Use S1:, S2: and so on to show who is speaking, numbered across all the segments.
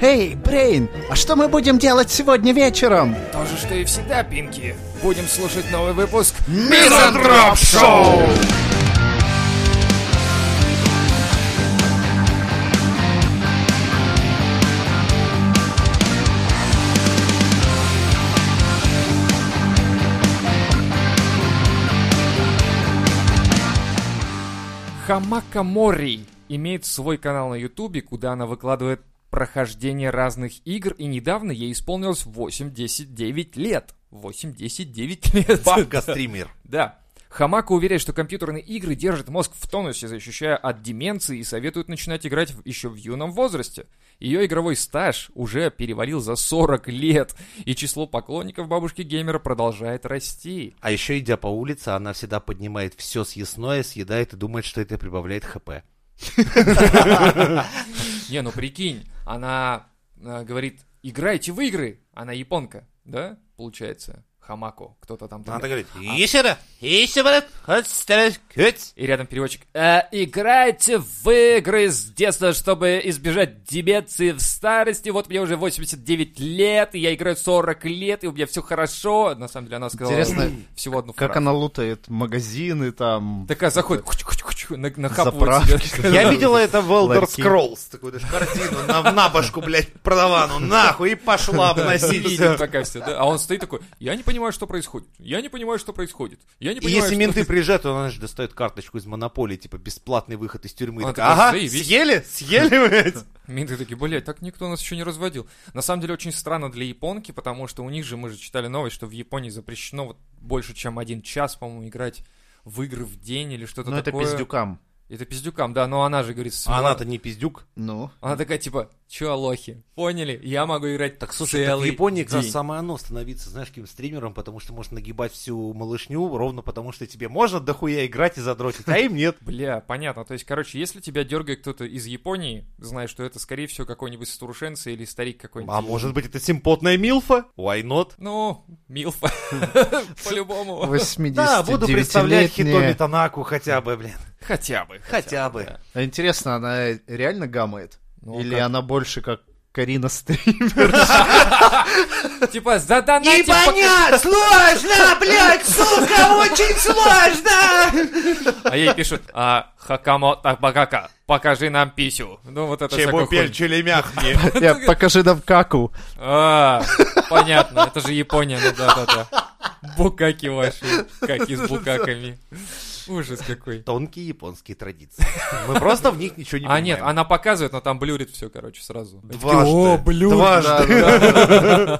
S1: Эй, Брейн, а что мы будем делать сегодня вечером?
S2: То же, что и всегда, Пинки. Будем слушать новый выпуск
S3: Мизантроп Шоу!
S2: Хамака Мори имеет свой канал на Ютубе, куда она выкладывает прохождение разных игр, и недавно ей исполнилось 89 лет. 89 лет.
S3: Бабка-стример.
S2: Да. Хамака уверяет, что компьютерные игры держат мозг в тонусе, защищая от деменции и советует начинать играть в- еще в юном возрасте. Ее игровой стаж уже перевалил за 40 лет, и число поклонников бабушки-геймера продолжает расти.
S3: А еще, идя по улице, она всегда поднимает все съестное, съедает и думает, что это прибавляет хп.
S2: Не, ну прикинь, она э, говорит, играйте в игры, она японка, да, получается, Хамако, кто-то там.
S3: Она
S2: там-
S3: так говорит, «Исера, Исера, отстарать, кыть».
S2: И рядом переводчик. «Э, играйте в игры с детства, чтобы избежать деменции в старости. Вот мне уже 89 лет, и я играю 40 лет, и у меня все хорошо. На самом деле она сказала
S1: Интересно,
S2: всего одну
S1: Как
S2: фразу.
S1: она лутает магазины там.
S2: Такая заходит, куч-куч-куч, на- нахапывает
S1: Заправки.
S2: себе.
S3: Я видела это в Elder
S1: Ларьки.
S3: Scrolls, такую даже картину, на, на башку, блядь, продава, ну нахуй, и пошла обносить
S2: Видит такая вся, да? А он стоит такой, я не понимаю, что происходит. Я не понимаю, что происходит. Я не
S3: И
S2: понимаю,
S3: если
S2: что-
S3: менты приезжают, то она же достает карточку из монополии, типа бесплатный выход из тюрьмы.
S2: Она
S3: Так,
S2: такая,
S3: ага,
S2: заебись.
S3: съели, съели, блядь.
S2: Менты такие, блядь, так никто нас еще не разводил. На самом деле очень странно для японки, потому что у них же, мы же читали новость, что в Японии запрещено вот больше, чем один час, по-моему, играть в игры в день или что-то
S1: Ну, это
S2: такое.
S1: пиздюкам.
S2: Это пиздюкам, да, но она же говорит... с-
S3: А Она-то не пиздюк.
S1: Ну.
S2: Она такая, типа, че, лохи, поняли? Я могу играть так,
S3: Слушай, так в
S2: целый
S3: Японии как раз
S2: день».
S3: самое оно становиться, знаешь, каким стримером, потому что можно нагибать всю малышню, ровно потому что тебе можно дохуя играть и задротить, а им нет.
S2: Бля, понятно. То есть, короче, если тебя дергает кто-то из Японии, знай, что это, скорее всего, какой-нибудь старушенца или старик какой-нибудь.
S3: А может быть это симпотная Милфа? Why not?
S2: Ну, Милфа, по-любому.
S1: 89
S3: Да, буду представлять Хитоми Танаку хотя бы, блин.
S2: Хотя бы.
S3: Хотя бы.
S1: А Интересно, она реально гамает?
S2: Ну,
S1: Или
S2: как?
S1: она больше как Карина Стример?
S2: Типа, задонатим, пока-
S3: Ебанят! Сложно, блядь, сука, очень сложно!
S2: А ей пишут, а, Хакамо Табакака, покажи нам писю. Ну, вот это всякая хуйня.
S3: челемяхни.
S1: Я, Покажи нам каку.
S2: А, понятно, это же Япония, ну да-да-да. Букаки ваши, как и с букаками. Ужас какой.
S3: Тонкие японские традиции. Мы просто в них ничего не
S2: А
S3: понимаем.
S2: нет, она показывает, но там блюрит все, короче, сразу.
S3: Дважды.
S2: О, блюр.
S3: Дважды.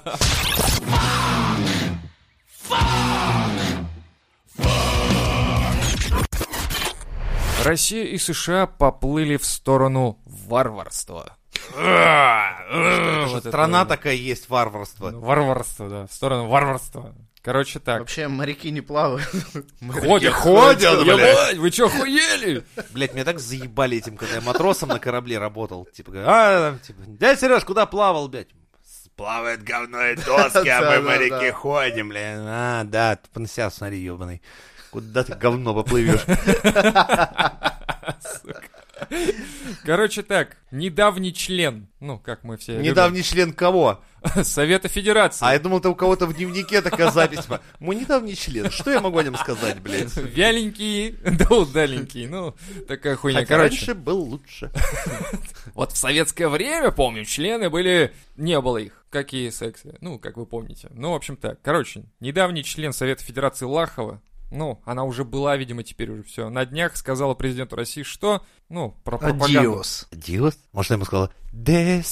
S2: Россия и США поплыли в сторону варварства. а- Вот это
S3: Страна
S2: вот.
S3: такая есть, варварство.
S2: Варварство, да, в сторону варварства. Короче, так.
S1: Вообще моряки не плавают.
S2: Ходят,
S3: ходят,
S2: ебать, вы чё, хуели?
S3: Блять, меня так заебали этим, когда я матросом на корабле работал. Типа, говорю, а, там, типа, дядя Сереж, куда плавал, блядь? Плавает говно и доски,
S1: а мы, моряки,
S3: ходим, блядь. А, да, ты на себя смотри, ебаный. Куда ты говно поплывешь?
S2: Короче, так, недавний член, ну, как мы все любим,
S3: Недавний член кого?
S2: Совета Федерации.
S3: А я думал, там у кого-то в дневнике такая запись. типа, Мой недавний член, что я могу о нем сказать, блядь?
S2: Вяленький, да удаленький, ну, такая хуйня.
S3: Хотя
S2: Короче,
S3: раньше был лучше.
S2: вот в советское время, помню, члены были... Не было их. Какие сексы? Ну, как вы помните. Ну, в общем так. Короче, недавний член Совета Федерации Лахова, ну, она уже была, видимо, теперь уже все. На днях сказала президенту России, что, ну, про пропаганду.
S1: Адиос.
S3: Диос? Может, я ему сказала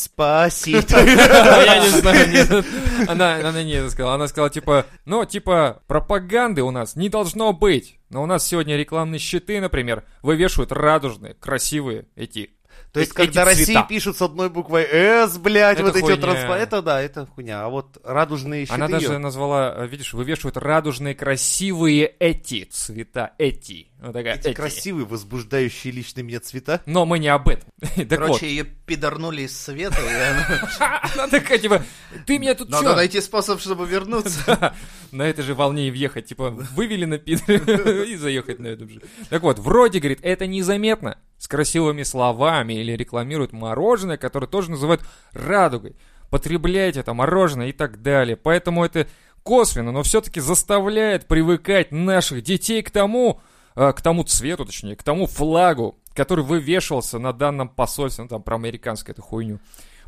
S3: «Деспасито».
S2: Ну, Я не знаю. не- Она, она не это сказала. Она сказала, типа, ну, типа, пропаганды у нас не должно быть. Но у нас сегодня рекламные щиты, например, вывешивают радужные, красивые эти
S3: То есть,
S2: Э, Эти
S3: когда Россия
S2: цвета.
S3: пишут с одной буквой «С», блядь,
S2: Это
S3: вот эти вот
S2: хуйня.
S3: транспа... Это, да, это хуйня. А вот радужные щиты...
S2: Она даже
S3: её-
S2: назвала, э, видишь, вывешивают радужные красивые эти цвета, эти. Вот такая
S3: Эти
S2: эти.
S3: красивые, возбуждающие лично меня цвета.
S2: Но мы не об этом. Так вот,
S1: Короче, ее пидорнули из света. и она-
S2: она такая, типа, ты меня тут
S1: Надо
S2: чё?
S1: найти способ, чтобы вернуться.
S2: На этой же волне и въехать, типа, вывели на пидор и заехать на этом же. Так вот, вроде, говорит, это незаметно, с красивыми словами или рекламируют мороженое, которое тоже называют радугой. Потребляйте это мороженое и так далее. Поэтому это косвенно, но все-таки заставляет привыкать наших детей к тому, э, к тому цвету, точнее, к тому флагу, который вывешивался на данном посольстве, ну там про американскую эту хуйню.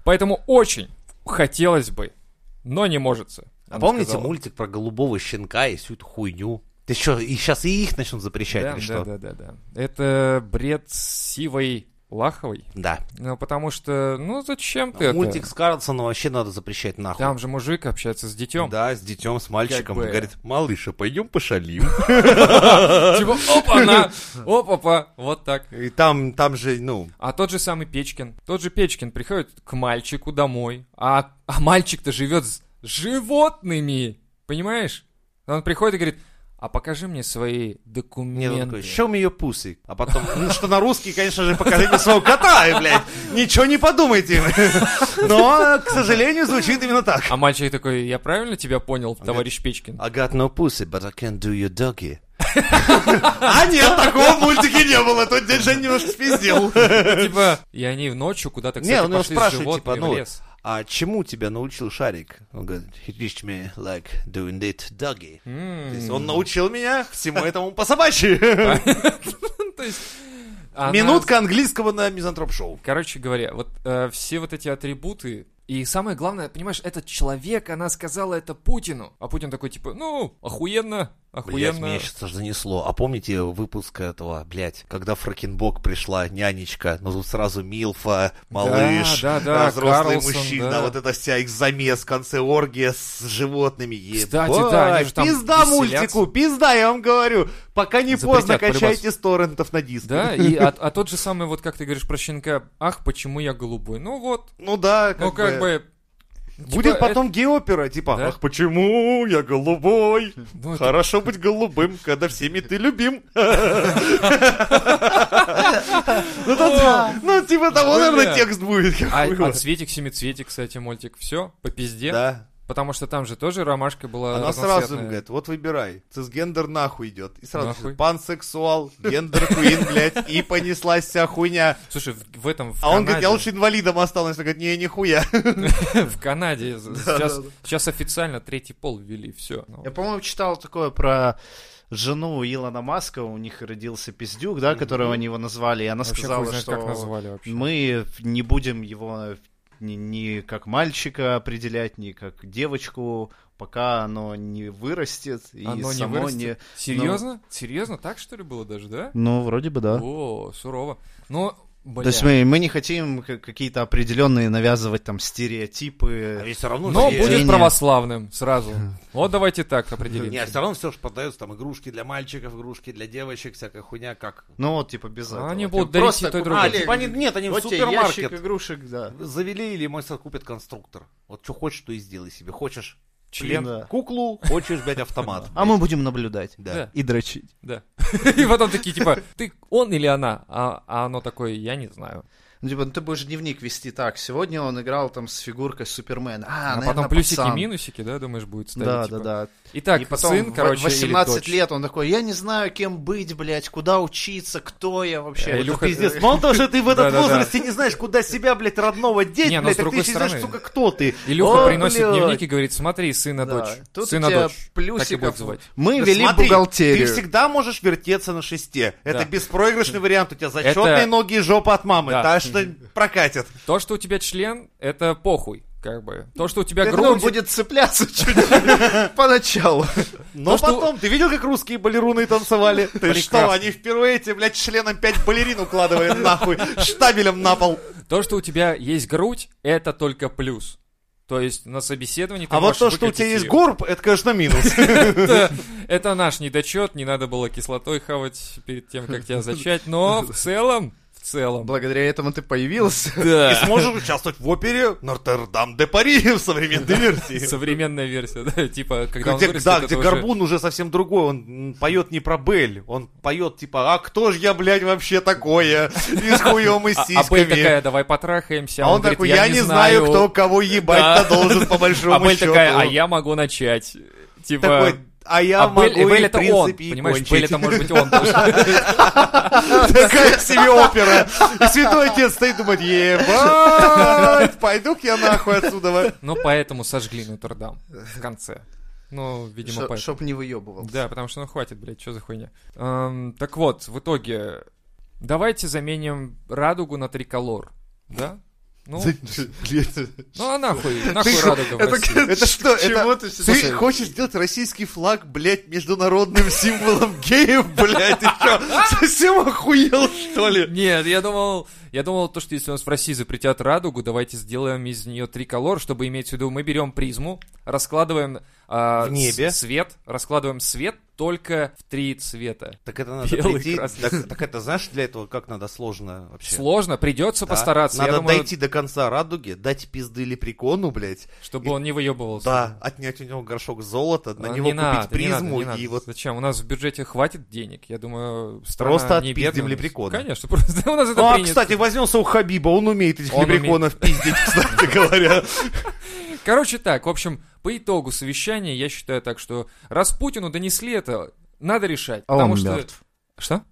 S2: Поэтому очень хотелось бы, но не может.
S3: А помните мультик про голубого щенка и всю эту хуйню? Ты что, и сейчас и их начнут запрещать
S2: Да,
S3: или
S2: да,
S3: что?
S2: да, да, да. Это бред сивой лаховой.
S3: Да.
S2: Ну, потому что, ну, зачем ты это?
S3: Мультик с Карлсона вообще надо запрещать нахуй.
S2: Там же мужик общается с детем.
S3: Да, с детем, с мальчиком.
S2: Как бы.
S3: Говорит, малыша, пойдем пошалим.
S2: Типа, опа, на, опа-па, вот так.
S3: И там, там же, ну,
S2: А тот же самый Печкин, тот же Печкин приходит к мальчику домой, а, а мальчик-то живет с животными, понимаешь? Он приходит и говорит, а покажи мне свои
S3: Нет, он
S2: документы.
S3: ну, такой, show me your pussy. А потом, ну что на русский, конечно же, покажите своего кота, и, блядь, ничего не подумайте. Но, к сожалению, звучит именно так.
S2: а мальчик такой, я правильно тебя понял,
S3: А
S2: товарищ Печкин?
S3: I got no pussy, but I can do your doggy. А нет, такого в мультике не было. Тот дядя Жень немножко спиздил.
S2: Типа, и они в ночью куда-то, кстати,
S3: Не, он его
S2: пошли с
S3: спрашивает,
S2: животными
S3: типа,
S2: в
S3: ну,
S2: лес.
S3: а чему тебя научил шарик? Он говорит, he teach me like doing it doggy. То есть он научил меня всему этому по собачьи.
S2: То есть, А она-
S3: Минутка английского на мизантроп-шоу.
S2: Короче говоря, вот э, все вот эти атрибуты. И самое главное, понимаешь, этот человек, она сказала это Путину. А Путин такой, типа, ну, охуенно,
S3: Блять,
S2: охуенно.
S3: меня сейчас занесло. А помните выпуск этого, блядь, когда Фракенбок пришла нянечка, ну тут сразу Милфа, малыш,
S2: Да, да, да,
S3: взрослый
S2: Карлсон,
S3: мужчина,
S2: да.
S3: вот это вся их замес, в конце оргия с животными. Ебать,
S2: Кстати, да, они же там
S3: пизда
S2: веселятся.
S3: мультику, пизда, я вам говорю. Пока не
S2: Запретят
S3: поздно,
S2: порыбаться.
S3: качайте с торрентов на диск.
S2: Да, и а, а тот же самый, вот как ты говоришь про щенка, ах, почему я голубой? Ну вот,
S3: Ну да, как,
S2: ну как
S3: бы.
S2: бы...
S3: Будет
S2: типа,
S3: потом геопера, типа,
S2: Да?
S3: ах, почему я голубой?
S2: это- ну, это-
S3: Хорошо быть голубым, когда всеми ты любим. Ну, там, ну, типа того,
S2: Бля.
S3: наверное, текст будет.
S2: А,
S3: какой
S2: а
S3: вот.
S2: цветик, семицветик, кстати, мультик, все, по пизде.
S3: Да.
S2: Потому что там же тоже ромашка была
S3: Она сразу им
S2: разноцветная.
S3: говорит, вот выбирай, цисгендер нахуй идет. И сразу
S2: Нахуй.
S3: пишет, пансексуал, гендер куин, блядь, и понеслась вся хуйня.
S2: Слушай, в, в этом... в
S3: А он
S2: Канаде-
S3: говорит, я лучше инвалидом останусь. Она говорит, не, нихуя.
S2: В Канаде сейчас, сейчас официально третий пол ввели, Ну, а все.
S4: Я, по-моему, читал такое про жену Илона Маска, у них родился пиздюк, да, которого они его назвали, и она
S2: Вообще
S4: сказала,
S2: хуй знает,
S4: что
S2: как назвали вообще.
S4: мы не будем его ни, ни как мальчика определять, ни как девочку, пока оно не вырастет и
S2: Оно не
S4: само
S2: вырастет?
S4: не...
S2: Серьезно? Серьезно? Так что ли было даже, да?
S4: Ну, вроде бы, да.
S2: О, сурово. Ну, бля.
S4: То есть мы, мы не хотим к- какие-то определенные навязывать там
S2: А
S4: стереотипы.
S3: все равно
S2: Но
S4: же
S2: ну, будет
S4: зрение.
S2: православным сразу. Вот давайте так
S3: Не,
S2: определим.
S3: все равно все же продается, там игрушки для мальчиков, игрушки для девочек, всякая хуйня, как.
S4: Ну вот, типа, без этого.
S2: Они
S4: Типа,
S2: будут дарить
S4: просто
S2: и то, и
S4: купили-
S2: другое.
S3: А, типа они, нет, они в
S4: Вот тебе
S3: супермаркет.
S4: ящик игрушек, да.
S3: Завели или мой купит конструктор. Вот что хочешь, то и сделай себе. Хочешь
S2: Член.
S4: Да.
S3: куклу, хочешь, блядь, автомат.
S4: А мы будем наблюдать.
S3: Да.
S4: И дрочить.
S2: Да. И потом такие, типа, ты он или она? А а оно такое, я не знаю.
S4: Ну, типа, ну ты будешь дневник вести так. Сегодня он играл там с фигуркой Супермена. А,
S2: А
S4: наверное,
S2: потом плюсики,
S4: пацан.
S2: минусики, да, думаешь, будет стоять?
S4: Да,
S2: типа.
S4: да, да.
S2: Итак,
S4: и потом
S2: сын,
S4: в-
S2: короче,
S4: 18
S2: или дочь.
S4: лет он такой, я не знаю, кем быть, блядь, куда учиться, кто я вообще.
S2: Э,
S4: Вот
S2: Илюха,
S4: это
S3: Пиздец, мало того, что ты в этом
S2: Да-да-да.
S3: возрасте не знаешь, куда себя, блядь, родного деть,
S2: Не, но
S3: блядь,
S2: с
S3: так ты
S2: другой
S3: еще не знаешь,
S2: стороны.
S3: сука, кто ты.
S2: Илюха
S4: О,
S2: приносит
S4: блядь.
S2: дневник и говорит, смотри, сына,
S4: да.
S2: дочь.
S4: Тут
S2: Сына,
S4: у тебя
S2: дочь.
S4: плюсиков.
S2: Так и будут звать.
S4: Мы
S3: Да
S4: вели
S3: смотри,
S4: бухгалтерию.
S3: Ты всегда можешь вертеться на шесте.
S2: Да.
S3: Это беспроигрышный вариант. У тебя зачетные
S2: Это-
S3: ноги и жопа от мамы.
S2: Да.
S3: Так что прокатит.
S2: То, что у тебя член, это похуй, как бы. То, что у тебя
S4: Я думаю,
S2: грудь,
S4: будет цепляться чуть поначалу.
S3: Но
S2: То, что-
S3: потом, ты видел, как русские балеруны танцевали? Ты что,
S2: Прекрасно.
S3: они впервые тебе, блядь, членом 5 балерин укладывали нахуй, штабелем на пол.
S2: То, что у тебя есть грудь, это только плюс. То есть на собеседовании ты
S3: А вот
S2: можешь
S3: то, что у тебя
S2: выкатить
S3: есть
S2: её.
S3: горб, это, конечно, минус.
S2: это, это наш недочет, не надо было кислотой хавать перед тем, как тебя зачать, но в целом, в целом.
S4: Благодаря этому ты появился.
S3: И
S2: Да.
S3: сможешь участвовать в опере Нортердам де Пари в современной версии.
S2: Современная версия, да, типа, когда он
S3: Где-
S2: вырастет,
S3: да,
S2: это
S3: где
S2: уже-
S3: Горбун уже совсем другой, он м, поет не про Бель, он поет типа, а кто же я, блядь, вообще такое? И с хуем и с
S2: А- А Белль
S3: сиськами.
S2: такая, давай потрахаемся.
S3: А он
S2: говорит,
S3: такой, я не знаю, кто кого
S2: Да.
S3: ебать-то должен, по
S2: А
S3: большому
S2: Белль
S3: счету.
S2: такая, а я могу начать. Типа,
S3: Такой, А я
S2: А
S3: могу
S2: Белль,
S3: и,
S2: Белль
S3: в
S2: это он,
S3: принципе, и
S2: понимаешь, Белль
S3: кончить.
S2: это может быть он тоже.
S3: Такая себе опера. И святой отец стоит и думает, ебать, пойду-ка я нахуй отсюда.
S2: Но Ну, поэтому сожгли Нотр-Дам в конце. Ну, видимо,
S5: Шо-
S2: поэтому.
S5: Чтоб не выебывал.
S2: Да, потому что ну хватит, блядь, что за хуйня. Эм, так вот, в итоге, давайте заменим радугу на триколор, да? Ну, ну а нахуй, нахуй радуга в России.
S3: Это что?
S5: Чего ты
S3: Это
S5: всё-
S3: ты хочешь сделать российский флаг, блядь, международным символом геев, блядь, ты что, совсем охуел, что ли?
S2: Нет, я думал, я думал то, что если у нас в России запретят радугу, давайте сделаем из нее триколор, чтобы иметь в виду, мы берем призму, раскладываем а,
S3: В небе.
S2: с- свет, раскладываем свет только в три цвета.
S3: Так это надо
S2: Белый,
S3: прийти,
S2: красный.
S3: так так это знаешь, для этого как надо сложно вообще?
S2: Сложно, придется
S3: Да.
S2: постараться.
S3: Надо
S2: я думаю,
S3: дойти до конца радуги, дать пизды лепрекону, блядь.
S2: чтобы он не выебывался.
S3: Да, отнять у него горшок золота, на
S2: А,
S3: него
S2: не
S3: купить
S2: надо, не надо,
S3: призму
S2: не надо.
S3: и вот
S2: Зачем? У нас в бюджете хватит денег. Я думаю, страна
S3: Просто
S2: не
S3: отпиздим
S2: бедная.
S3: лепрекона.
S2: Конечно, просто у нас это
S3: а,
S2: принято.
S3: кстати, возьмемся у Хабиба, он умеет этих
S2: Он
S3: лепреконов пиздить, кстати говоря.
S2: Короче так, в общем, по итогу совещания я считаю так, что раз Путину донесли это, надо решать.
S4: А
S2: потому
S4: он
S2: что...
S4: мертв.
S2: Что?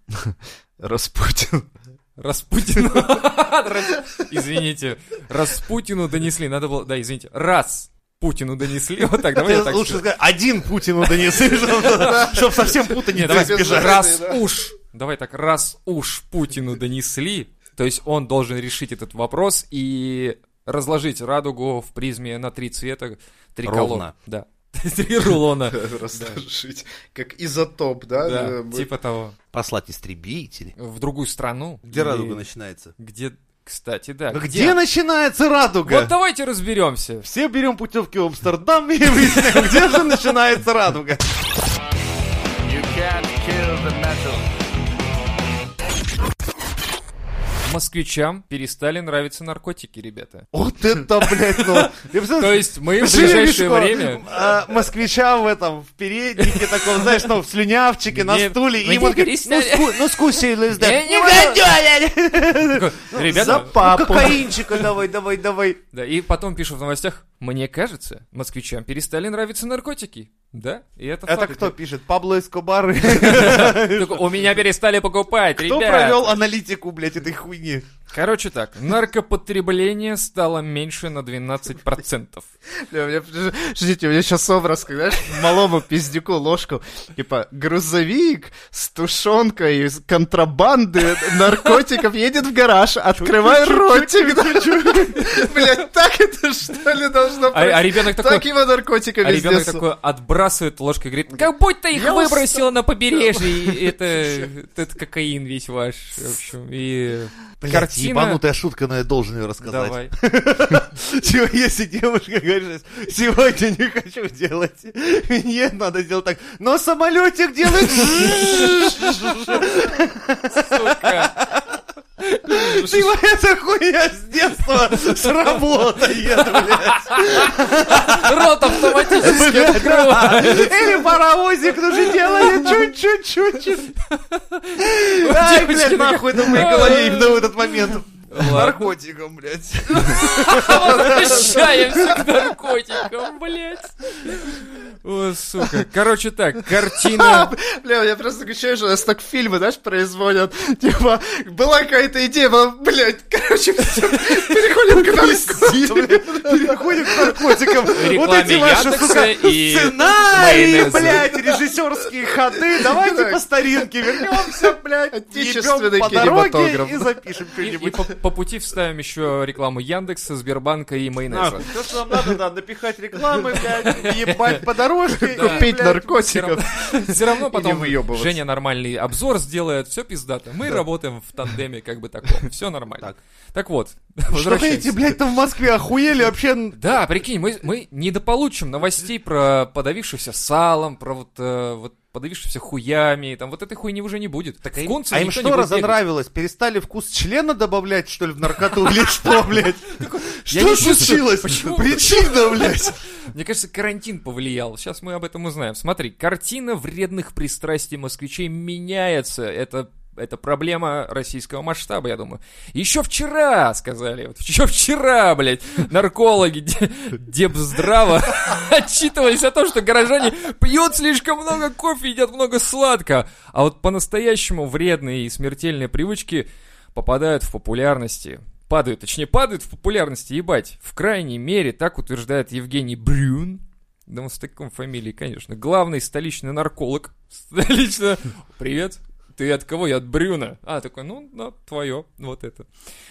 S4: Распутин.
S2: Распутину. Извините. Распутину донесли. Надо было. Да, извините. Раз Путину донесли. Вот так, давай я
S3: Ты
S2: так
S3: Лучше
S2: скажу.
S3: сказать, один Путину донесли, чтобы совсем
S2: Не,
S3: путаницы
S2: давай
S3: избежать.
S2: раз уж. Давай так, раз уж Путину донесли, то есть он должен решить этот вопрос и разложить радугу в призме на три цвета, три
S3: Ровно.
S2: колонны. Да. Три рулона.
S5: Растушить. Как изотоп, да?
S2: Да,
S5: Э, мы-
S2: типа того.
S3: Послать истребителей.
S2: В другую страну.
S3: Где
S2: Или-
S3: радуга начинается?
S2: Где, кстати, да.
S3: Ну, Где начинается радуга?
S2: А Вот давайте разберемся.
S3: Все берем путевки в Амстердам и выясняем, где же начинается радуга.
S2: Москвичам перестали нравиться наркотики, ребята.
S3: Вот это, блядь, ну. Я представляю,
S2: То есть мы в
S3: Жили
S2: ближайшее
S3: легко.
S2: время...
S3: А, москвича в этом, в переднике таком, знаешь, ну, в слюнявчике, на
S2: Мне-
S3: стуле.
S2: мне
S3: И он говорит, ну,
S2: перестали.
S3: ску- ну, скусились, да.
S2: Я не
S3: За
S2: Ребята,
S3: папу. Кокаинчика давай, давай, давай.
S2: да, и потом пишут в новостях, мне кажется, москвичам перестали нравиться наркотики. Да, и это
S3: Это
S2: факт.
S3: кто пишет? Пабло Эскобар?
S2: Только у меня перестали покупать,
S3: Кто
S2: ребят.
S3: провел аналитику, блядь, этой хуйни?
S2: Короче так, наркопотребление стало меньше на 12%.
S4: Бля, у меня- Подождите, у меня сейчас образ, как, знаешь, малому пиздюку ложку, типа, грузовик с тушенкой, с контрабанды, наркотиков едет в гараж, открывай ротик.
S5: Блядь, так это что ли должно
S2: А, а
S5: произойти?
S2: ребенок такой...
S4: Так его наркотиками
S2: А ребенок
S4: здесь.
S2: такой отбрасывает ложкой, говорит, как будто их
S4: Я
S2: выбросило на побережье, и это, это кокаин весь ваш, в общем, и
S3: Блядь,
S2: картина...
S3: ебанутая шутка, но я должен ее рассказать.
S2: Давай.
S3: Чего, если девушка говорит, сегодня не хочу делать, мне надо сделать так, но самолетик делает...
S2: Сука.
S3: Ты вот эта хуйня с детства сработает, блядь.
S2: Рот автоматически открывает.
S3: Или паровозик, ну же делали чуть-чуть, чуть-чуть. Ай,
S2: девочки
S3: блядь,
S2: такая-
S3: нахуй, это в моей голове именно в этот момент. Наркотиком, блядь.
S2: Возвращаемся А к наркотикам, блядь. О, сука. Короче так, картина...
S4: Бля, я просто ощущаю, что у нас так фильмы, знаешь, производят. Типа, была какая-то идея, была, блядь, короче, всё, переходим к наркотикам.
S3: Переходим к наркотикам. Вот эти
S2: Рекламе
S3: ваши,
S2: Яндекса
S3: сука,
S2: и
S3: сценарии,
S2: майонеза.
S3: блядь, режиссерские ходы. Давайте
S4: Так.
S3: по старинке вернемся, блядь,
S4: Отечественный
S3: ебем по дороге
S4: кинематограф.
S3: и запишем
S2: И, и
S3: что-нибудь.
S2: по, по пути вставим еще рекламу Яндекса, Сбербанка и майонеза.
S3: Все, что нам надо, надо напихать рекламы, блядь, ебать по дорожке. и,
S4: Купить
S3: блядь,
S4: наркотиков.
S3: Типа,
S2: Все равно потом
S4: выебываться.
S2: Женя нормальный обзор сделает, все пиздато. Мы работаем в тандеме как бы таком, все нормально.
S3: Так.
S2: Так вот,
S3: Что вы эти,
S2: возвращаемся.
S3: блядь, там в Москве охуели вообще?
S2: Да, прикинь, мы, мы недополучим новостей про подавившихся салом, про вот, э, вот подавившихся хуями, там вот этой хуйни уже не будет. Так в Кунце
S3: А им
S2: никто
S3: что
S2: не будет бегать.
S3: разонравилось? Перестали вкус члена добавлять, что ли, в наркоту или что, блядь?
S2: Я не
S3: Что
S2: чувствую.
S3: случилось?
S2: Почему?
S3: Причина, блядь.
S2: Мне кажется, карантин повлиял. Сейчас мы об этом узнаем. Смотри, картина вредных пристрастий москвичей меняется. Это это проблема российского масштаба, я думаю. Еще вчера, сказали, вот еще вчера, блядь, наркологи де- Депздрава отчитывались о том, что горожане пьют слишком много кофе, едят много сладкого. А вот по-настоящему вредные и смертельные привычки попадают в популярности. Падают, точнее, падают в популярности, ебать. В крайней мере, так утверждает Евгений Брюн. Да он с таком фамилией, конечно. Главный столичный нарколог. Столично. Привет. Ты от кого? Я от Брюна. А, такой, ну, да, твое, вот это.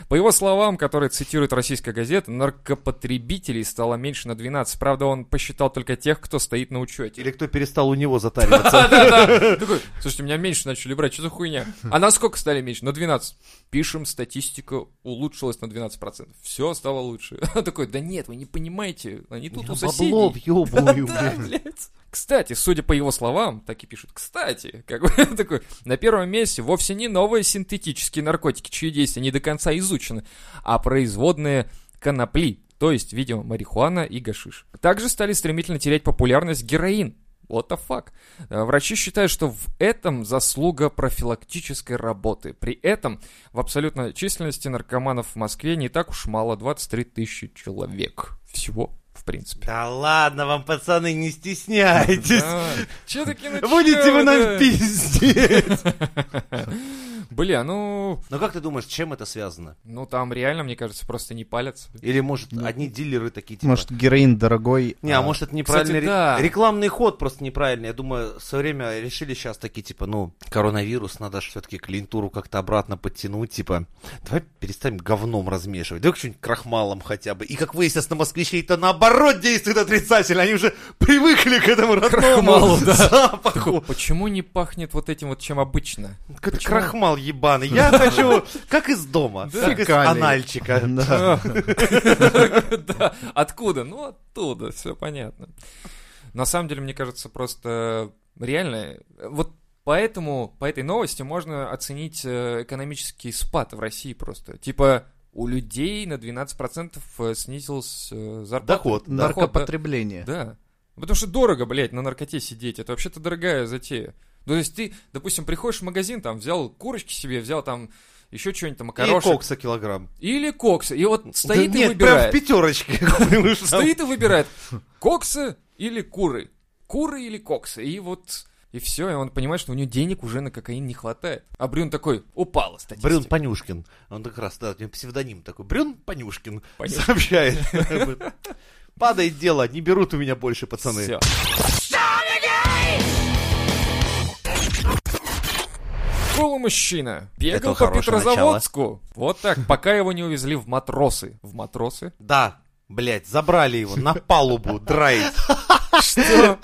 S2: По его словам, которые цитирует российская газета, наркопотребителей стало меньше на 12. Правда, он посчитал только тех, кто стоит на учете.
S3: Или кто перестал у него затариваться.
S2: Да-да-да. Такой, Слушайте, меня меньше начали брать, что за хуйня? А на сколько стали меньше? На 12. Пишем, статистика улучшилась на 12%. Все стало лучше. Такой, да нет, вы не понимаете, они тут у
S3: Бабло
S2: соседей.
S3: въёбываю,
S2: Да,
S3: блядь.
S2: блядь. Кстати, судя по его словам, так и пишут, кстати, как бы такой, на первом месте вовсе не новые синтетические наркотики, чьи действия не до конца изучены, а производные конопли, то есть, видимо, марихуана и гашиш. Также стали стремительно терять популярность героин. What the fuck? Э, Врачи считают, что в этом заслуга профилактической работы. При этом в абсолютной численности наркоманов в Москве не так уж мало, 23 тысячи человек всего, в принципе.
S3: Да ладно вам, пацаны, не стесняйтесь.
S2: Че такие начали?
S3: Будете вы нам пиздеть.
S2: Бля, ну...
S3: Но как ты думаешь, чем это связано?
S2: Ну там реально, мне кажется, просто не палец.
S3: Или, может, одни дилеры такие, типа...
S4: Может, героин дорогой.
S3: Не, а может это неправильный
S2: Кстати,
S3: ре-
S2: да.
S3: рекламный ход просто неправильный. Я думаю, в свое время решили сейчас такие, типа, ну, коронавирус, надо все-таки клиентуру как-то обратно подтянуть, типа, давай перестанем говном размешивать, давай что-нибудь крахмалом хотя бы. И как выяснилось, на москвичей это наоборот действует отрицательно, они уже привыкли к этому родному
S2: Крахмалу, да.
S3: запаху.
S2: Почему не пахнет вот этим вот, чем обычно?
S3: Какой-то
S2: Почему?
S3: крахмал ебаный. Я хочу, как из дома,
S4: Да.
S3: как из
S4: Фекалии.
S3: анальчика.
S2: Да, откуда? Ну, оттуда, все понятно. На самом деле, мне кажется, просто реально, э, вот поэтому, по этой новости можно оценить э, экономический спад в России просто. Типа, у людей на 12% снизился э, зарплата.
S3: Доход,
S2: Доход,
S3: да.
S2: да.
S3: Э.
S4: Наркопотребление.
S2: Да. Потому что дорого, блядь, на наркоте сидеть. Это вообще-то дорогая затея. Ну, то есть ты, допустим, приходишь в магазин, там, взял курочки себе, взял там еще что-нибудь там,
S3: И
S2: макарошек.
S3: кокса килограмм.
S2: Или кокса. И вот стоит
S3: Да
S2: и
S3: нет, прям в ну
S2: выбирает.
S3: пятерочке.
S2: Стоит и выбирает, кокса или куры. Куры или кокса. И вот... И все, и он понимает, что у него денег уже на кокаин не хватает. А Брюн такой, упала статистика.
S3: Брюн Понюшкин. Он как раз, да, у него псевдоним такой. Брюн Понюшкин
S2: Понюшкин.
S3: сообщает. об этом. Падает дело, не берут у меня больше, пацаны.
S2: Всё. Полумужчина бегал
S3: Это
S2: по
S3: хорошее
S2: Петрозаводску. Вот так, пока его не увезли в матросы. В матросы?
S3: Да, блядь, забрали его на палубу драить.
S2: Что?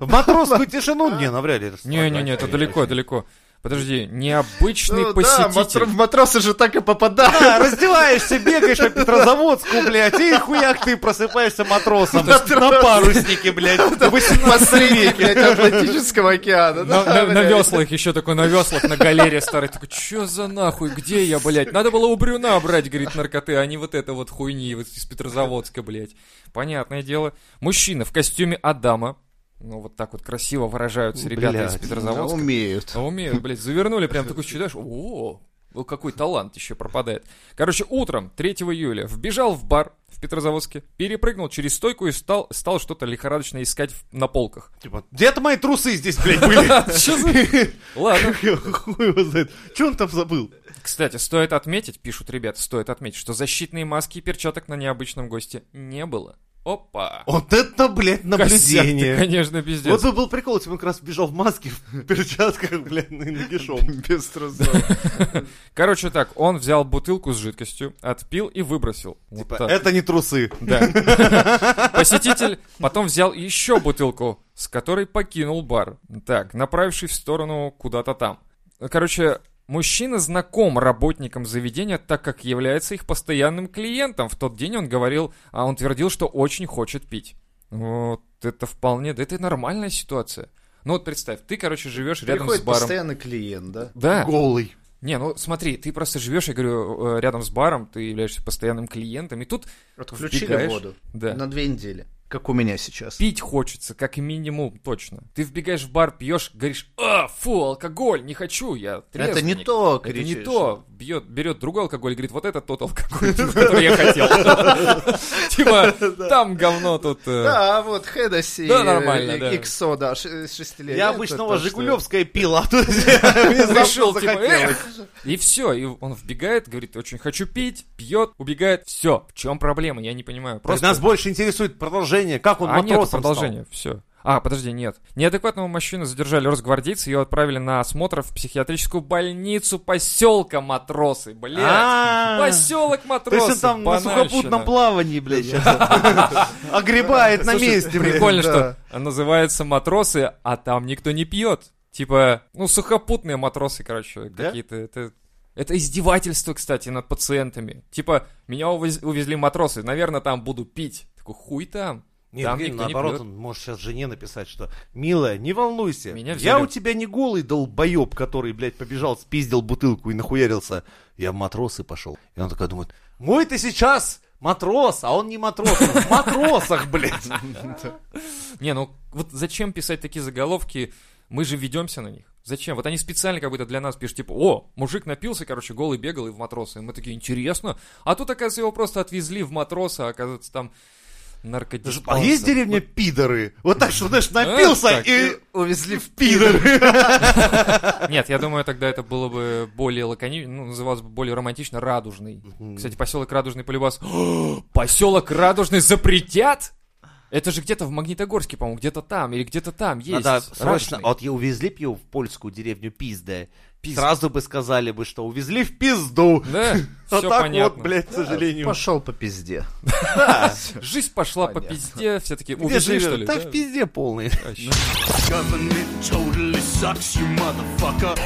S3: В матросскую тишину? Не, навряд ли. это
S2: Не-не-не, это далеко, далеко. Подожди, необычный
S4: Ну да, матро-
S2: посетитель.
S4: в матросы же так и попадают.
S3: Да, раздеваешься, бегаешь по Петрозаводску, блядь, и хуяк ты просыпаешься матросом на паруснике, блядь, в 18
S4: Посреди,
S3: веке.
S4: блядь, Атлантического океана.
S2: На,
S4: да,
S2: на- на
S4: блядь.
S2: веслах еще такой, на веслах, на галере старый. Такой, чё за нахуй, где я, блядь? Надо было у Брюна брать, говорит, наркоты, а не вот это вот хуйни вот из Петрозаводска, блядь. Понятное дело. Мужчина в костюме Адама. Ну, вот так вот красиво выражаются ребята из
S3: Блядь,
S4: Да,
S2: Петрозаводска.
S4: Умеют.
S2: А умеют, блядь, завернули прям такой чудаш. О, ну какой талант еще пропадает. Короче, утром 3 июля вбежал в бар в Петрозаводске, перепрыгнул через стойку и стал, стал что-то лихорадочно искать в- на полках.
S3: Типа, где-то мои трусы здесь, блядь, были.
S2: Чё за- Ладно.
S3: Хуй его знает. Че он там забыл?
S2: Кстати, стоит отметить, пишут ребята, стоит отметить, что защитные маски и перчаток на необычном госте не было. Опа!
S3: Вот это, блядь, наблюдение.
S2: Косяк ты, конечно, пиздец.
S3: Вот бы был прикол, если бы он как раз бежал в маске, в перчатках, блядь, ну и нагишом.
S4: Без трусов.
S2: Короче так, он взял бутылку с жидкостью, отпил и выбросил. Вот
S3: Типа,
S2: так.
S3: это не трусы.
S2: Да. Посетитель потом взял еще бутылку, с которой покинул бар. Так, направившись в сторону куда-то там. Короче, мужчина знаком работникам заведения, так как является их постоянным клиентом. В тот день он говорил, а он твердил, что очень хочет пить. Вот это вполне, да это нормальная ситуация. Ну вот представь, ты, короче, живешь рядом с
S4: Приходит
S2: баром.
S4: постоянно клиент, да?
S2: Да.
S3: Голый.
S2: Не, ну смотри, ты просто живешь, я говорю, э, рядом с баром, ты являешься постоянным клиентом, и тут
S4: Отключили
S2: вбегаешь.
S4: воду
S2: Да.
S4: на две недели. как у меня сейчас.
S2: Пить хочется, как минимум, точно. Ты вбегаешь в бар, пьешь, говоришь, а, фу, алкоголь, не хочу, я
S4: Это не
S2: трезвенник».
S4: то,
S2: Это
S4: кричишь.
S2: не то. Бьет, берет другой алкоголь и говорит, вот это тот алкоголь, который я хотел. Типа, там говно тут... э,
S4: Да, вот Хедаси,
S2: Да, нормально,
S4: э,
S2: да.
S4: Иксо, да, ш- э, шестилетний.
S3: Я
S4: Это
S3: обычно
S4: то,
S3: у вас
S4: что-
S3: Жигулевское пил, а тут решил,
S2: Решил, типа, «Эх». И все, и он вбегает, говорит, очень хочу пить, пьет, убегает, все. В чем проблема, я не понимаю. Просто...
S3: Нас больше интересует продолжение, как он
S2: А нет,
S3: матросом
S2: продолжение, все. А, подожди, нет. Неадекватного мужчину задержали росгвардейцы, ее отправили на осмотр в психиатрическую больницу поселка Матросы, блядь.
S3: Поселок,
S2: Поселок
S3: То есть он
S2: Матросы,
S3: там на
S2: банальщина.
S3: сухопутном плавании, блядь, сейчас огребает на
S2: Слушай,
S3: месте, блядь.
S2: Прикольно,
S4: да.
S2: что называется матросы, а там никто не пьет. Типа, ну, сухопутные матросы, короче,
S3: Да?
S2: какие-то. Это, это издевательство, кстати, над пациентами. Типа, меня увез- увезли матросы, наверное, там буду пить. Такой, хуй там.
S3: Нет,
S2: Там
S3: блин,
S2: никто не
S3: ну, наоборот,
S2: пьет.
S3: он может сейчас жене написать, что «Милая, не волнуйся,
S2: Меня
S3: я
S2: взяли».
S3: у тебя не голый долбоеб, который, блядь, побежал, спиздил бутылку и нахуярился. Я в матросы пошел». И она такая думает «Мой ты сейчас матрос, а он не матрос, он в матросах, блядь».
S2: Не, ну, вот зачем писать такие заголовки? Мы же ведемся на них. Зачем? Вот они специально как будто для нас пишут, типа, о, мужик напился, короче, голый бегал и в матросы. Мы такие, интересно. А тут, оказывается, его просто отвезли в матросы, а оказывается, там наркотики.
S3: А есть деревня пидоры? Вот так, что, знаешь, напился
S2: Эх, так.
S3: и
S4: Увезли в
S3: пидоры.
S2: Нет, я думаю, тогда это было бы более лаконично, ну, называлось бы более романтично радужный. Кстати, поселок Радужный полюбас. поселок Радужный запретят? Это же где-то в Магнитогорске, по-моему, где-то там, или где-то там есть.
S3: Надо срочно.
S2: Радужный.
S3: Вот я увезли б его в польскую деревню пизда.
S2: Пизда.
S3: Сразу бы сказали бы, что увезли в пизду.
S2: Да,
S3: А
S2: все
S3: так
S2: понятно.
S3: вот, блядь, к сожалению.
S4: Пошел по пизде.
S2: Жизнь пошла по
S4: Понятно.
S2: пизде, все таки
S3: Где
S2: увезли,
S3: живешь?
S2: что ли?
S3: Да,
S2: Да.
S3: в пизде полный.
S6: Government totally sucks, you motherfucker.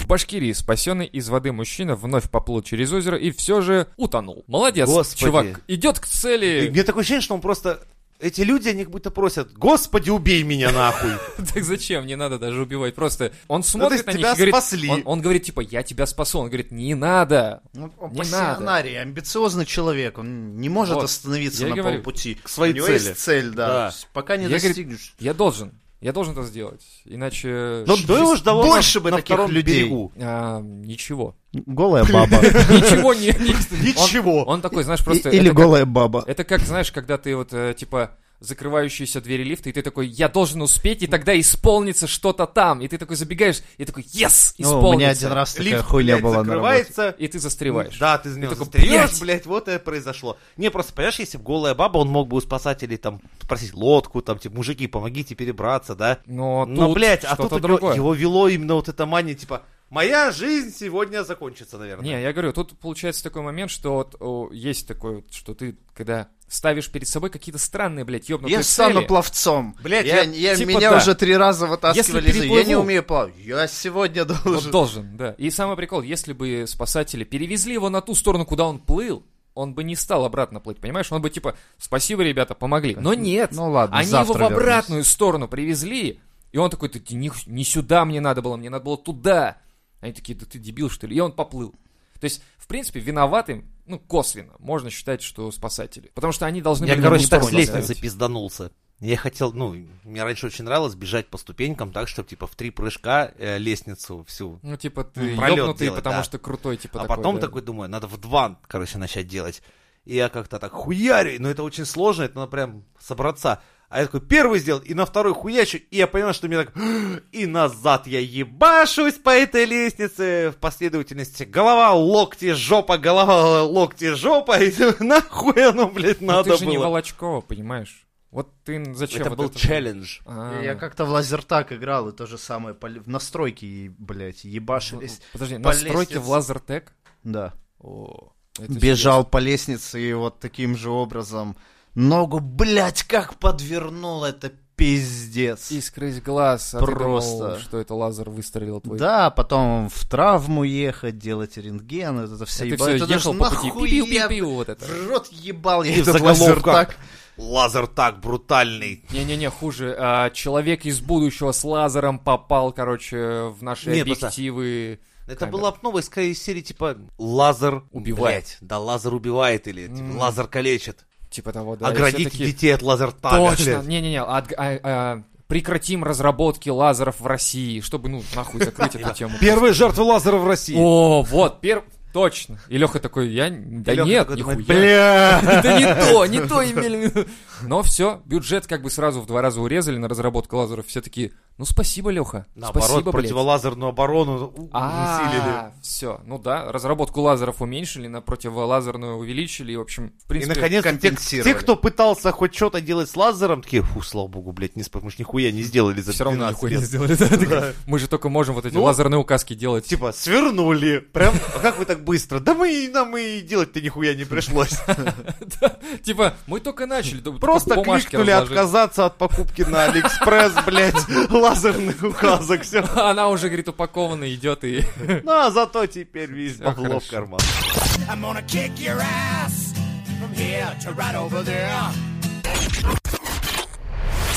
S2: В Башкирии спасенный из воды мужчина вновь поплыл через озеро и все же утонул. Молодец,
S3: Господи.
S2: чувак, идет к
S3: И
S2: цели.
S3: Мне такое ощущение, что он просто... Эти люди, они как будто просят, господи, убей меня нахуй.
S2: Так зачем? Не надо даже убивать. Просто он
S3: Ну, то есть
S2: смотрит на них
S3: тебя
S2: и говорит...
S3: спасли.
S2: Он, он говорит, типа, я тебя спасу. Он говорит, не надо.
S4: Ну, он
S2: Не
S4: пассионарий, амбициозный человек, он не может
S2: Вот,
S4: остановиться
S2: я и
S4: на
S2: говорю.
S4: полпути.
S3: К своей
S4: У него
S3: цели.
S4: есть цель, да.
S3: Да.
S4: То есть Пока не
S2: Я, говорит,
S4: достигнешь.
S2: Я должен. Я должен это сделать. Иначе...
S3: Но
S2: Ш-
S3: до его ж довольно
S4: больше бы
S3: на
S4: таких
S3: втором
S4: людей.
S3: берегу.
S2: а, ничего.
S4: Голая баба.
S2: Ничего не... не-
S3: Ничего.
S2: Он такой, знаешь, просто...
S4: Или
S2: это как-
S4: голая баба.
S2: Это как, знаешь, когда ты вот, э, типа, закрывающиеся двери лифта, и ты такой, я должен успеть, и тогда исполнится что-то там. И ты такой забегаешь, и такой, yes, исполнится.
S4: Ну, У меня один раз такая
S3: Лифт,
S4: хуйня
S3: блядь,
S4: была на работе.
S3: закрывается.
S2: И ты застреваешь.
S3: Да, ты за него
S2: такой,
S3: застряешь,
S2: «Блядь!»
S3: блядь, вот это произошло. Не, просто, понимаешь, если бы голая баба, он мог бы у спасателей там попросить лодку, там, типа, мужики, помогите перебраться, да?
S2: Но,
S3: Но,
S2: тут
S3: блядь, а
S2: что-то
S3: тут у него-
S2: другое.
S3: его вело именно вот эта мания, типа, моя жизнь сегодня закончится, наверное.
S2: Не, я говорю, тут получается такой момент, что вот о, есть такой, вот, что ты, когда ставишь перед собой какие-то странные, блядь, ёбнутые
S4: Я стану
S2: Ну, цели.
S4: пловцом.
S3: Блядь,
S4: я,
S3: я-
S4: я-
S2: типа
S4: меня
S2: да.
S4: уже три раза вытаскивали.
S2: Если
S4: из- Я не
S2: переплыву.
S4: умею плавать. Я сегодня
S2: Вот
S4: должен.
S2: должен, да. И самый прикол, если бы спасатели перевезли его на ту сторону, куда он плыл, он бы не стал обратно плыть, понимаешь? Он бы типа, спасибо, ребята, помогли. Но нет.
S4: Ну ладно,
S2: Они его
S4: завтра
S2: в
S4: вернусь.
S2: обратную сторону привезли, и он такой, «Да ты не, не сюда мне надо было, мне надо было туда. Они такие, да ты дебил, что ли? И он поплыл. То есть, в принципе, виноватым, ну, косвенно, можно считать, что спасатели. Потому что они должны
S3: Я,
S2: были
S3: короче,
S2: на
S3: так
S2: ту
S3: с
S2: сторону
S3: лестницы
S2: поставить.
S3: пизданулся. Я хотел, ну, мне раньше очень нравилось бежать по ступенькам так, чтобы, типа, в три прыжка э, лестницу всю.
S2: Ну, типа, ты
S3: Пролет
S2: ёбнутый,
S3: делать,
S2: потому
S3: да.
S2: что крутой, типа,
S3: а
S2: такой,
S3: потом
S2: да.
S3: такой думаю, надо в два, короче, начать делать. И я как-то так хуярю, но это очень сложно, это надо прям собраться. А я такой первый сделал, и на второй хуячу, и я понимаю, что мне так... И назад я ебашусь по этой лестнице в последовательности. Голова, локти, жопа, голова, локти, жопа. И нахуй оно, блядь,
S2: Ну,
S3: надо
S2: ты же не
S3: было.
S2: Волочкова, понимаешь? Вот ты зачем
S3: Это
S2: вот
S3: был челлендж.
S2: А.
S4: Я как-то в лазертак играл, и то же самое. пол- В настройки, и, блядь, ебашились.
S2: Подожди,
S4: по
S2: настройки
S4: лестнице.
S2: в лазертек?
S4: Да.
S2: О, ну. это
S4: Бежал по лестнице и вот таким же образом ногу, блядь, как подвернул, это пиздец.
S2: серьезно. Искры из глаз. а ты думал,
S4: Просто.
S2: что это лазер выстрелил твой.
S4: Да, потом в травму ехать, делать рентген, это
S2: А
S4: все
S2: ты
S4: ебало.
S2: все
S4: Это
S2: ехал
S4: даже
S2: по пути.
S4: нахуя
S2: Пиу-пиу-пиу, вот это.
S4: В рот ебал я
S3: И в
S4: этот
S3: заголовках.
S4: лазертаг.
S3: Лазер так брутальный.
S2: Не-не-не, хуже. А, человек из будущего с лазером попал, короче, в наши
S3: Не, просто-
S2: объективы.
S3: Это
S2: камер.
S3: была б новая скорее серии типа «Лазер
S2: Убивает.
S3: Блядь, да, лазер убивает или типа, «Лазер калечит».
S2: Типа того, да. и все
S3: Оградить
S2: такие,
S3: детей от лазертага.
S2: Точно,
S3: блядь.
S2: не-не-не, от- а- а, прекратим разработки лазеров в России, чтобы, ну, нахуй закрыть эту тему.
S3: Первые жертвы лазера в России.
S2: О, вот, пер... Точно. И Леха такой, я... Да
S3: Лёха
S2: нет,
S3: такой
S2: нихуя.
S3: думает,
S2: Да не то, не то имели. в виду». Но все, бюджет как бы сразу в два раза урезали на разработку лазеров. Все такие, ну спасибо, Леха.
S3: Наоборот,
S2: Спасибо, блядь.
S3: противолазерную оборону у- усилили.
S2: А, все, ну да, разработку лазеров уменьшили, на противолазерную увеличили, и, в общем, в
S3: И,
S2: принципе...
S3: наконец-то, те,
S4: компенсировали.
S3: те, кто пытался хоть что-то делать с лазером, такие, фу, слава богу, блядь, не спа- мы ж нихуя не сделали за
S2: все равно
S3: 12
S2: нихуя
S3: лет.
S2: не сделали. Да, так, Мы же только можем вот эти
S3: Ну,
S2: лазерные указки делать.
S3: Типа, свернули. Прям, а как вы так быстро? Да мы и нам и делать-то нихуя не пришлось.
S2: Типа, мы только начали. да,
S3: Просто
S2: только бумажки
S3: кликнули
S2: разложили.
S3: отказаться от покупки на Алиэкспресс, блядь, лазерных указок, все.
S2: А Она уже, говорит, упакована, идет и...
S3: Ну, а зато теперь весь
S2: Всё
S3: бабло в
S2: хорошо.
S3: карман.
S6: I'm gonna kick your ass from here to right over there.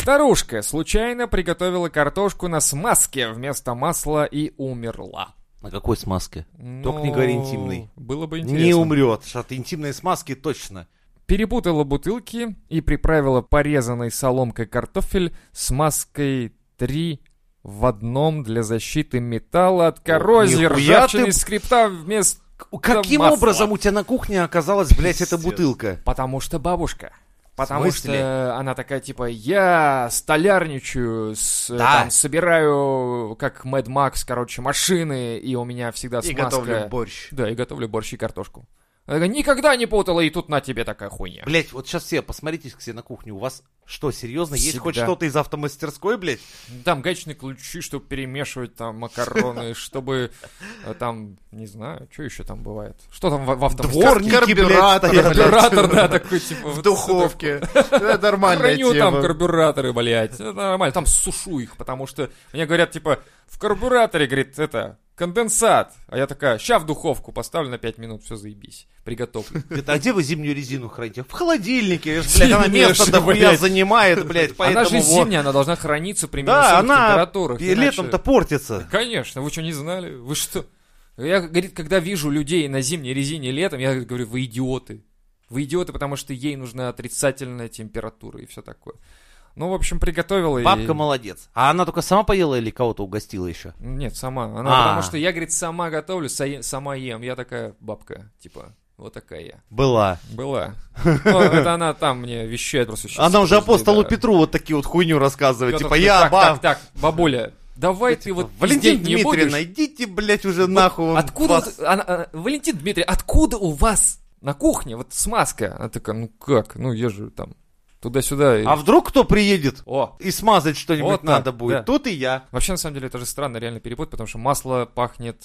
S2: Старушка случайно приготовила картошку на смазке вместо масла и умерла.
S3: На какой смазке?
S2: Ну,
S3: Только не говори интимный.
S2: Было бы интересно.
S3: Не умрет. От интимной смазки точно.
S2: Перепутала бутылки и приправила порезанной соломкой картофель смазкой 3 в одном для защиты металла от коррозии,
S3: нихуя
S2: ржавчины,
S3: ты-
S2: скрипта вместо
S3: Каким
S2: масла.
S3: образом у тебя на кухне оказалась, блядь, эта
S4: Пиздец.
S3: бутылка?
S2: Потому что бабушка. Потому
S3: смысле?
S2: что она такая, типа, я столярничаю, с, э,
S3: Да.
S2: там, собираю, как Mad Макс, короче, машины, и у меня всегда
S4: И
S2: смазка.
S4: готовлю борщ.
S2: Да, и готовлю борщ и картошку. Она такая, никогда не путала, и тут на тебе такая хуйня.
S3: Блять, вот сейчас все, посмотрите все на кухню. У вас что, серьезно, есть
S2: Всегда.
S3: хоть что-то из автомастерской, блядь?
S2: Там гаечные ключи, чтобы перемешивать там макароны, чтобы э, там, не знаю, что еще там бывает. Что там в, в автомобиле?
S3: Дворники, блядь,
S4: карбюратор,
S3: стоят.
S4: блядь.
S2: Карбюратор, да, такой, типа. вот
S4: В
S2: сюда.
S4: духовке. Это нормальная
S2: Храню там
S4: тема.
S2: карбюраторы, блядь. Это нормально, там сушу их, потому что мне говорят, типа, в карбюраторе, говорит, это, конденсат. А я такая, ща в духовку поставлю на 5 минут, все заебись, приготовлю.
S3: Говорит, А где вы зимнюю резину храните? В холодильнике, блядь, она
S2: Зимняя
S3: место
S2: же,
S3: дохуя
S2: блядь.
S3: занимает, блядь, поэтому
S2: Она же
S3: вот.
S2: зимняя, она должна храниться при минусовых
S3: Да, она
S2: температурах.
S3: и
S2: иначе-
S3: летом-то портится.
S2: Конечно, вы что, не знали? Вы что? Я, говорит, когда вижу людей на зимней резине летом, я говорю, вы идиоты. Вы идиоты, потому что ей нужна отрицательная температура и все такое. Ну, в общем, приготовила и-
S3: Бабка молодец. А она только сама поела или кого-то угостила еще?
S2: Нет, сама. Она,
S3: А.
S2: потому что я, говорит, сама готовлю, са- сама ем. Я такая бабка, типа, вот такая я.
S3: Была.
S2: Была. Ну, это она там мне вещает просто сейчас.
S3: Она уже
S2: Подожди,
S3: апостолу
S2: да.
S3: Петру вот такие вот хуйню рассказывает.
S2: Пётр
S3: Типа,
S2: такой,
S3: я
S2: так,
S3: баб.
S2: так, так, бабуля, давай ты
S3: Типа,
S2: вот
S3: Валентин
S2: здесь не будешь.
S3: Дмитриевна, идите, блядь, уже нахуй.
S2: Откуда...
S3: вас-
S2: вот- она- она- Валентин Дмитрий, откуда у вас на кухне вот смазка? Она такая, ну как? Ну я же там туда-сюда. и-
S3: А вдруг кто приедет
S2: О,
S3: и смазать что-нибудь
S2: Вот так,
S3: надо будет?
S2: да.
S3: Тут и я.
S2: Вообще, на самом деле, это же странно реально перепутать, потому что масло пахнет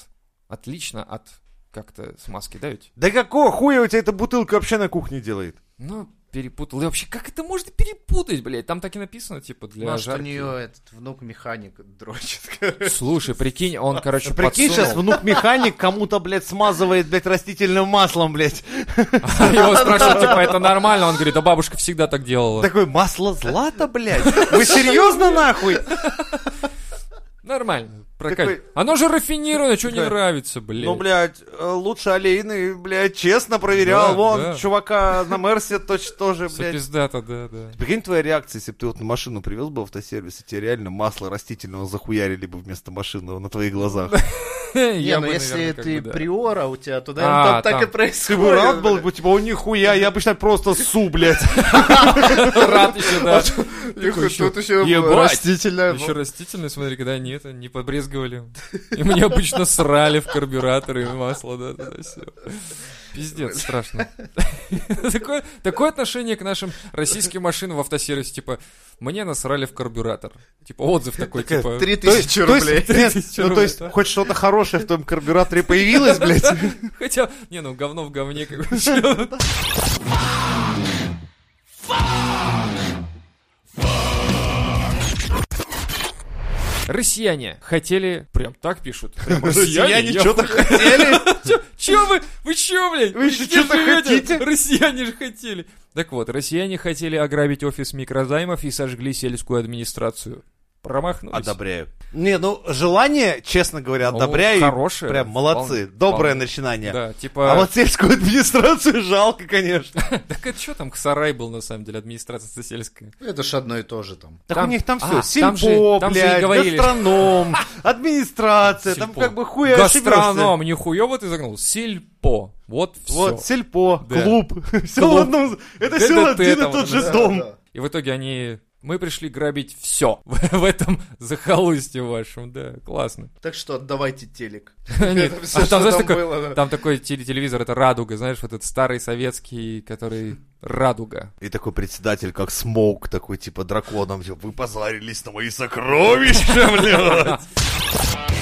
S2: отлично от как-то смазки, да ведь?
S3: Да какого хуя у тебя эта бутылка вообще на кухне делает?
S2: Ну, перепутал. И вообще, как это можно перепутать, блядь? Там так и написано, типа, для
S4: Может, у
S2: жарки.
S4: нее этот внук механик дрочит.
S2: Слушай, прикинь, он, короче,
S3: А, Прикинь,
S2: подсунул.
S3: сейчас внук-механик кому-то, блядь, смазывает, блядь, растительным маслом, блядь.
S2: Его спрашивают, типа, это нормально? Он говорит, да бабушка всегда так делала.
S3: Такое масло злато, блядь. Вы серьезно нахуй?
S2: Нормально, прокатит.
S3: Такой-
S2: Оно же рафинированное, что не
S3: Да.
S2: нравится, блядь.
S3: Ну, блядь, э, лучше олейный, блядь, честно проверял.
S2: Да,
S3: Вон,
S2: да.
S3: чувака на Мерсе точно тоже,
S2: Всё
S3: блядь.
S2: пиздато, да, да.
S3: Прикинь твоя реакция, если бы ты вот на машину привез бы в автосервис, и тебе реально масло растительного захуярили бы вместо машинного на твоих глазах.
S2: Я
S4: Не, ну
S2: бы,
S4: если
S2: наверное, как
S4: ты
S2: бы, да.
S4: приора у тебя, то,
S2: А,
S4: наверное, там так и
S2: там.
S3: Ты бы
S4: происходит.
S3: рад был бы, типа, о, нихуя, я обычно просто су, блядь.
S2: Рад еще, да.
S4: Нихуя, Тут еще
S2: Ебать.
S4: растительное.
S2: Еще растительное, смотри, когда они это не побрезговали. И мне обычно срали в карбюраторы и масло, да, да, все. Пиздец, страшно. Такое, такое отношение к нашим российским машинам в автосервисе, типа, мне насрали в карбюратор. Типа, отзыв такой,
S3: Такая,
S2: типа...
S4: 3000
S3: То есть-
S4: рублей.
S3: то есть- нет,
S2: 3000
S3: ну, то есть,
S2: рублей, да.
S3: хоть что-то хорошее в том карбюраторе появилось, блядь.
S2: Хотя, не, ну, говно в говне, как бы, чё. Россияне хотели, прям так пишут, прям россияне, я
S3: что-то хотели.
S2: Чё, чё вы? Вы чё, блядь?
S3: Вы ещё
S2: где
S3: чё-то
S2: живёте?
S3: хотите?
S2: Россияне же хотели. Так вот, россияне хотели ограбить офис микрозаймов и сожгли сельскую администрацию. промахнулись.
S3: Одобряю. Не, ну, желание, честно говоря,
S2: Ну,
S3: одобряю.
S2: хорошее,
S3: Прям
S2: вполне-
S3: молодцы. Доброе
S2: вполне.
S3: начинание.
S2: Да, типа...
S3: А вот сельскую администрацию жалко, конечно.
S2: Так это что там сарай был, на самом деле, администрация сельская?
S5: Это ж одно и то же там.
S3: Так
S2: Там-
S3: у них там
S2: а,
S3: все.
S2: там же-
S3: Сельпо,
S2: там же и
S3: блядь,
S2: говорили.
S3: гастроном, администрация, там
S2: Сельпо.
S3: как бы
S5: Ну,
S3: хуя
S2: Гастроном, нихуя вот изогнул. Сельпо. Вот все.
S3: Вот, сельпо,
S2: Да.
S3: клуб. Все
S2: Клуб.
S3: в одном... Это
S2: ДДТ
S3: все один
S2: там,
S3: и тот же
S2: да,
S3: дом.
S5: Да.
S2: И в итоге они... Мы пришли грабить все в в этом захолустье вашем, да, классно.
S5: Так что отдавайте телек.
S2: Нет,
S5: Это всё,
S2: а
S5: что
S2: Там, знаешь,
S5: там
S2: такой-
S5: было, да.
S2: там такой теле- телевизор, это радуга, знаешь, вот этот старый советский, который радуга.
S3: И такой председатель, как Смоук, такой типа драконом, типа, вы позарились на мои сокровища, блядь.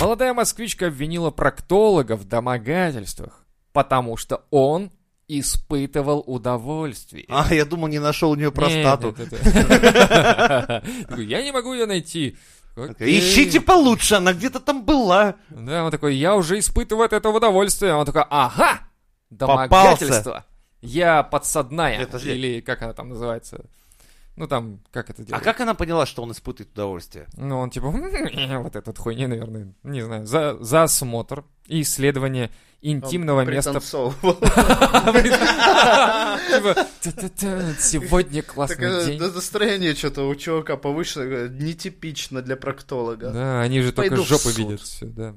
S2: Молодая москвичка обвинила проктолога в домогательствах, потому что он испытывал удовольствие.
S3: А, я думал, не нашел у нее простату.
S2: Нет, нет, это- Такой, Я не могу ее найти. Окей.
S3: Ищите получше, она где-то там была.
S2: Да, он такой, я уже испытываю от этого удовольствие. Он такой, ага, домогательство. Я подсадная.
S3: Нет, подожди.
S2: Или как она там называется? Ну там, как это
S3: А
S2: делается?
S3: как она поняла, что он испытывает удовольствие?
S2: Ну, он типа, «М-м-м», вот этот хуйни, наверное, не знаю, за, за осмотр и исследование интимного места.
S5: Пританцовывал.
S2: Типа, «Та-та-та, сегодня
S5: Так,
S2: классный
S5: э,
S2: день.
S5: да, настроение что-то у чувака повыше, э, нетипично для проктолога.
S2: Да, они же только
S5: Пойду в
S2: жопы
S5: суд.
S2: видят все, да.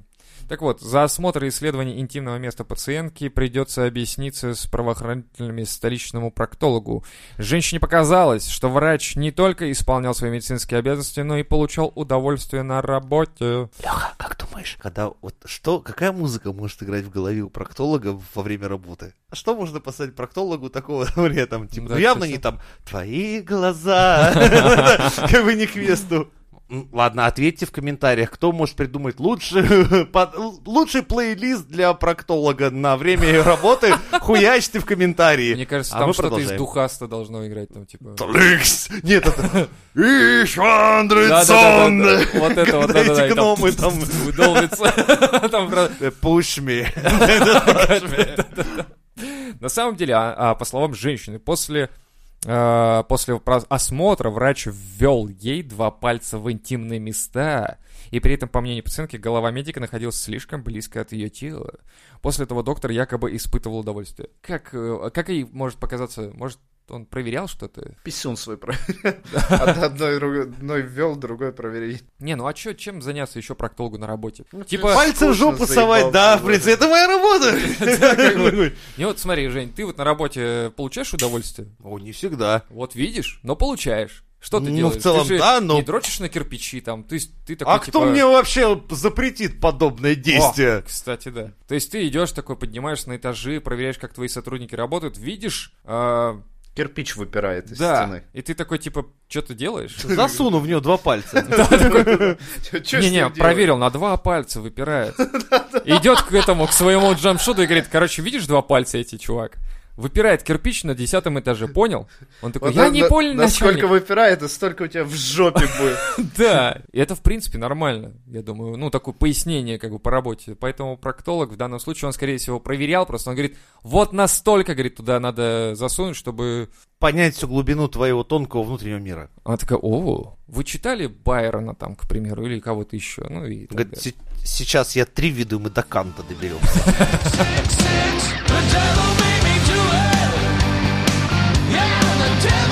S2: Так вот, за осмотр и исследование интимного места пациентки придется объясниться с правоохранителями столичному проктологу. Женщине показалось, что врач не только исполнял свои медицинские обязанности, но и получал удовольствие на работе.
S3: Леха, как думаешь, когда вот что, какая музыка может играть в голове у проктолога во время работы? А Что можно поставить проктологу такого вреда там, типа,
S2: Да,
S3: ну явно
S2: кстати.
S3: не там твои глаза, как бы не к месту. М, Ладно, ответьте в комментариях, кто может придумать лучший, под- лучший плейлист для проктолога на время ее работы. Хуячьте в комментарии.
S2: Мне кажется,
S3: А
S2: там
S3: мы
S2: что-то из
S3: продолжаем.
S2: духаста должно играть, там типа...
S3: Тлекс! Нет, это... Ишвандрисон!
S2: Да-да-да-да-да. Вот это вот,
S3: Когда
S2: да-да-да, и
S3: эти
S2: там
S3: гномы там...
S2: долбится. Там просто
S3: э, Push me.
S2: На самом деле, а- а, по словам женщины, после, э, после про- осмотра врач ввел ей два пальца в интимные места. И при этом, по мнению пациентки, голова медика находилась слишком близко от ее тела. После этого доктор якобы испытывал удовольствие. Как, э, как ей может показаться, может, он проверял что-то?
S5: Писюн свой проверил. Одной ввел, другой проверил.
S2: Не, ну а чё, чем заняться еще проктологу на работе?
S3: Ну,
S2: типа,
S3: Пальцы в жопу
S5: скучно
S3: совать, да,
S5: заебался,
S3: в принципе, это моя работа.
S2: не вот смотри, Жень, ты вот на работе получаешь удовольствие?
S3: О, не всегда.
S2: Вот видишь, но получаешь. Что ты
S3: Ну, в
S2: делаешь?
S3: целом,
S2: ты же
S3: да, но-
S2: не дрочишь на кирпичи там, ты, с- ты такой,
S3: А кто
S2: типа,
S3: мне вообще запретит подобное
S2: О,
S3: действие?
S2: кстати, да. То есть ты идешь такой, поднимаешься на этажи, проверяешь, как твои сотрудники работают, видишь, а,
S5: Кирпич выпирает из
S2: да,
S5: стены.
S2: и ты такой, типа, что ты делаешь?
S3: Засуну в нее два пальца.
S5: Чё- чё с ним
S2: Не-не,
S5: делать?
S2: проверил, на два пальца выпирает. Идет к этому, к своему джамшуду и говорит, короче, видишь два пальца эти, чувак? Выпирает кирпич на десятом этаже, понял? Он такой,
S5: Вот
S2: я
S5: на-
S2: не
S5: на-
S2: понял, начальник».
S5: Насколько выпирает, настолько у тебя в жопе будет.
S2: Да, и это, в принципе, нормально, я думаю. Ну, такое пояснение как бы по работе. Поэтому проктолог в данном случае, он, скорее всего, проверял, просто он говорит, вот настолько, говорит, туда надо засунуть, чтобы...
S3: Понять всю глубину твоего тонкого внутреннего мира.
S2: Она такая, о, вы читали Байрона там, к примеру, или кого-то еще? Ну, и так
S3: Говорит,
S2: далее.
S3: «Се- сейчас я три веду, и мы до канта доберем.
S7: The devil made me do it. Yeah, the devil